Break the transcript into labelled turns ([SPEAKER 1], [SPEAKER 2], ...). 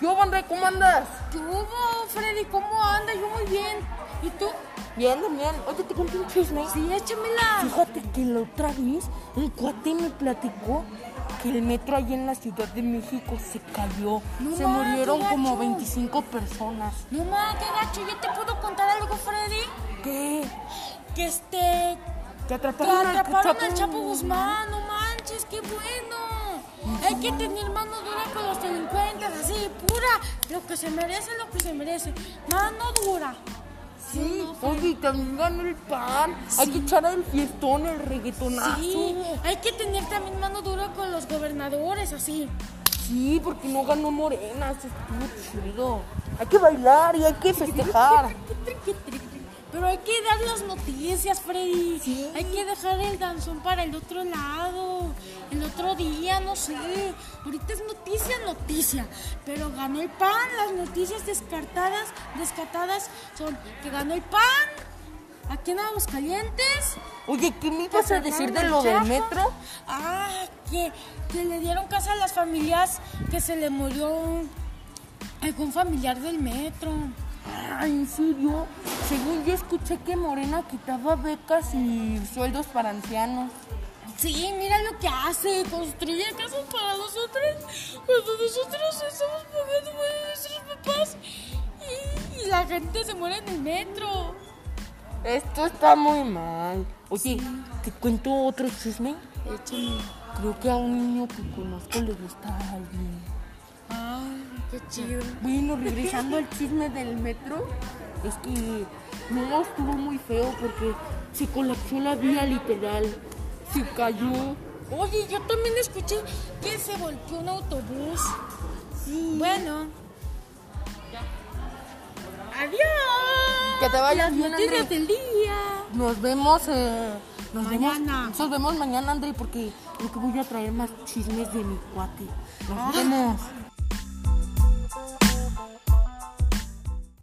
[SPEAKER 1] ¿Qué hubo, André? ¿Cómo andas?
[SPEAKER 2] ¿Qué hubo, Freddy? ¿Cómo andas? Yo muy bien. ¿Y tú?
[SPEAKER 1] Bien, también. Oye, te conté un chisme.
[SPEAKER 2] Sí, échamela.
[SPEAKER 1] Fíjate que la otra vez un cuate me platicó que el metro allí en la Ciudad de México se cayó.
[SPEAKER 2] No
[SPEAKER 1] se
[SPEAKER 2] ma,
[SPEAKER 1] murieron
[SPEAKER 2] qué gacho.
[SPEAKER 1] como 25 personas.
[SPEAKER 2] No ma, qué gacho. ¿Ya te puedo contar algo, Freddy?
[SPEAKER 1] ¿Qué?
[SPEAKER 2] Que este...
[SPEAKER 1] Que
[SPEAKER 2] Que
[SPEAKER 1] atraparon, al
[SPEAKER 2] atraparon
[SPEAKER 1] Chapo
[SPEAKER 2] al Chapo Guzmán. No manches, qué bueno. Hay que tener mano dura con los delincuentes, así, pura. Lo que se merece, lo que se merece. Mano dura.
[SPEAKER 1] Sí, oye, y también ganó el pan. Hay que echar el fiestón, el reggaetonazo.
[SPEAKER 2] Sí, hay que tener también mano dura con los gobernadores, así.
[SPEAKER 1] Sí, porque no ganó Morena, eso estuvo chido. Hay que bailar y hay que festejar.
[SPEAKER 2] Pero hay que dar las noticias, Freddy.
[SPEAKER 1] Sí.
[SPEAKER 2] Hay que dejar el danzón para el otro lado, el otro día, no sé. Ahorita es noticia, noticia. Pero ganó el PAN. Las noticias descartadas, descartadas son que ganó el PAN. Aquí en Aguascalientes.
[SPEAKER 1] Oye, ¿qué me ibas a decir de
[SPEAKER 2] Atraparon
[SPEAKER 1] lo
[SPEAKER 2] al
[SPEAKER 1] del
[SPEAKER 2] Chapo.
[SPEAKER 1] metro?
[SPEAKER 2] Ah, que, que le dieron casa a las familias que se le murió algún familiar del metro.
[SPEAKER 1] Ah, ¿en serio? Según yo escuché que Morena quitaba becas y sueldos para ancianos.
[SPEAKER 2] Sí, mira lo que hace, construye casas para nosotros cuando nosotros estamos pagando por nuestros papás y, y la gente se muere en el metro.
[SPEAKER 1] Esto está muy mal. Oye, ¿te cuento otro chisme?
[SPEAKER 2] Échame.
[SPEAKER 1] Creo que a un niño que conozco le gusta a alguien.
[SPEAKER 2] Ay, qué chido.
[SPEAKER 1] Bueno, regresando al chisme del metro, es que no estuvo muy feo porque se colapsó la vía literal, se cayó.
[SPEAKER 2] Oye, yo también escuché que se volteó un autobús. Sí. Bueno. Adiós.
[SPEAKER 1] Que te vaya
[SPEAKER 2] Las
[SPEAKER 1] bien,
[SPEAKER 2] noticias
[SPEAKER 1] André.
[SPEAKER 2] del día.
[SPEAKER 1] Nos vemos, eh, nos
[SPEAKER 2] Mañana.
[SPEAKER 1] vemos, nos vemos mañana, André, porque creo que voy a traer más chismes de mi cuate. Nos vemos.